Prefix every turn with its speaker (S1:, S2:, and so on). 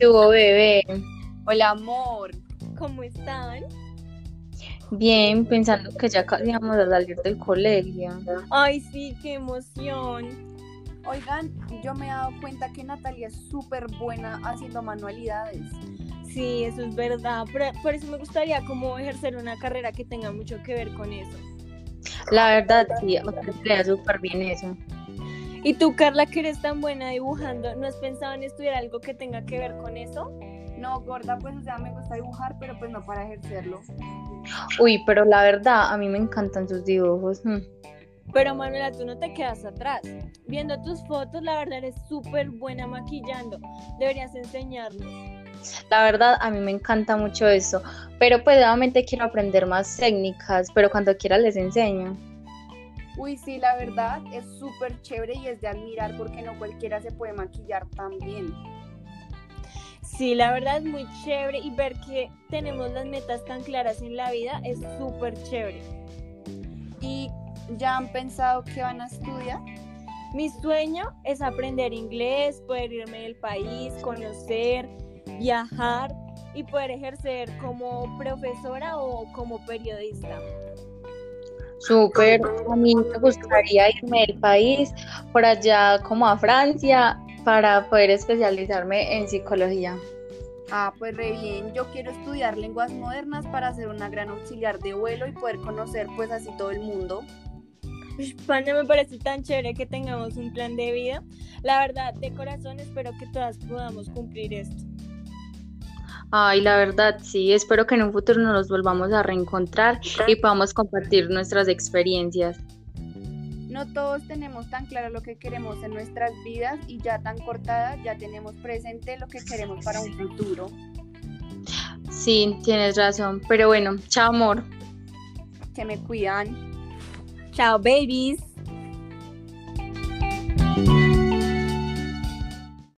S1: Tuvo bebé. Hola, amor.
S2: ¿Cómo están?
S1: Bien, pensando que ya casi vamos a salir del colegio.
S2: Ay, sí, qué emoción.
S3: Oigan, yo me he dado cuenta que Natalia es súper buena haciendo manualidades.
S2: Sí, eso es verdad. Por, por eso me gustaría como ejercer una carrera que tenga mucho que ver con eso.
S1: La verdad, sí, a usted le da súper bien eso.
S2: ¿Y tú, Carla, que eres tan buena dibujando, no has pensado en estudiar algo que tenga que ver con eso?
S3: No, gorda, pues, o sea, me gusta dibujar, pero pues no para ejercerlo.
S1: Uy, pero la verdad, a mí me encantan sus dibujos. Mm.
S2: Pero Manuela, tú no te quedas atrás. Viendo tus fotos, la verdad eres súper buena maquillando. Deberías enseñarnos.
S1: La verdad, a mí me encanta mucho eso. Pero pues nuevamente quiero aprender más técnicas, pero cuando quiera les enseño.
S3: Uy, sí, la verdad es súper chévere y es de admirar porque no cualquiera se puede maquillar tan bien.
S2: Sí, la verdad es muy chévere y ver que tenemos las metas tan claras en la vida es súper chévere.
S3: ¿Y ya han pensado que van a estudiar?
S2: Mi sueño es aprender inglés, poder irme del país, conocer, viajar y poder ejercer como profesora o como periodista.
S1: Súper, a mí me gustaría irme del país por allá como a Francia para poder especializarme en psicología.
S3: Ah, pues re bien. Yo quiero estudiar lenguas modernas para ser una gran auxiliar de vuelo y poder conocer pues así todo el mundo.
S2: Ush, Panda, me parece tan chévere que tengamos un plan de vida. La verdad, de corazón espero que todas podamos cumplir esto.
S1: Ay, la verdad, sí, espero que en un futuro nos volvamos a reencontrar y podamos compartir nuestras experiencias.
S3: No todos tenemos tan claro lo que queremos en nuestras vidas y ya tan cortada ya tenemos presente lo que queremos para un futuro.
S1: Sí, tienes razón, pero bueno, chao amor.
S3: Se me cuidan.
S2: Chao, babies.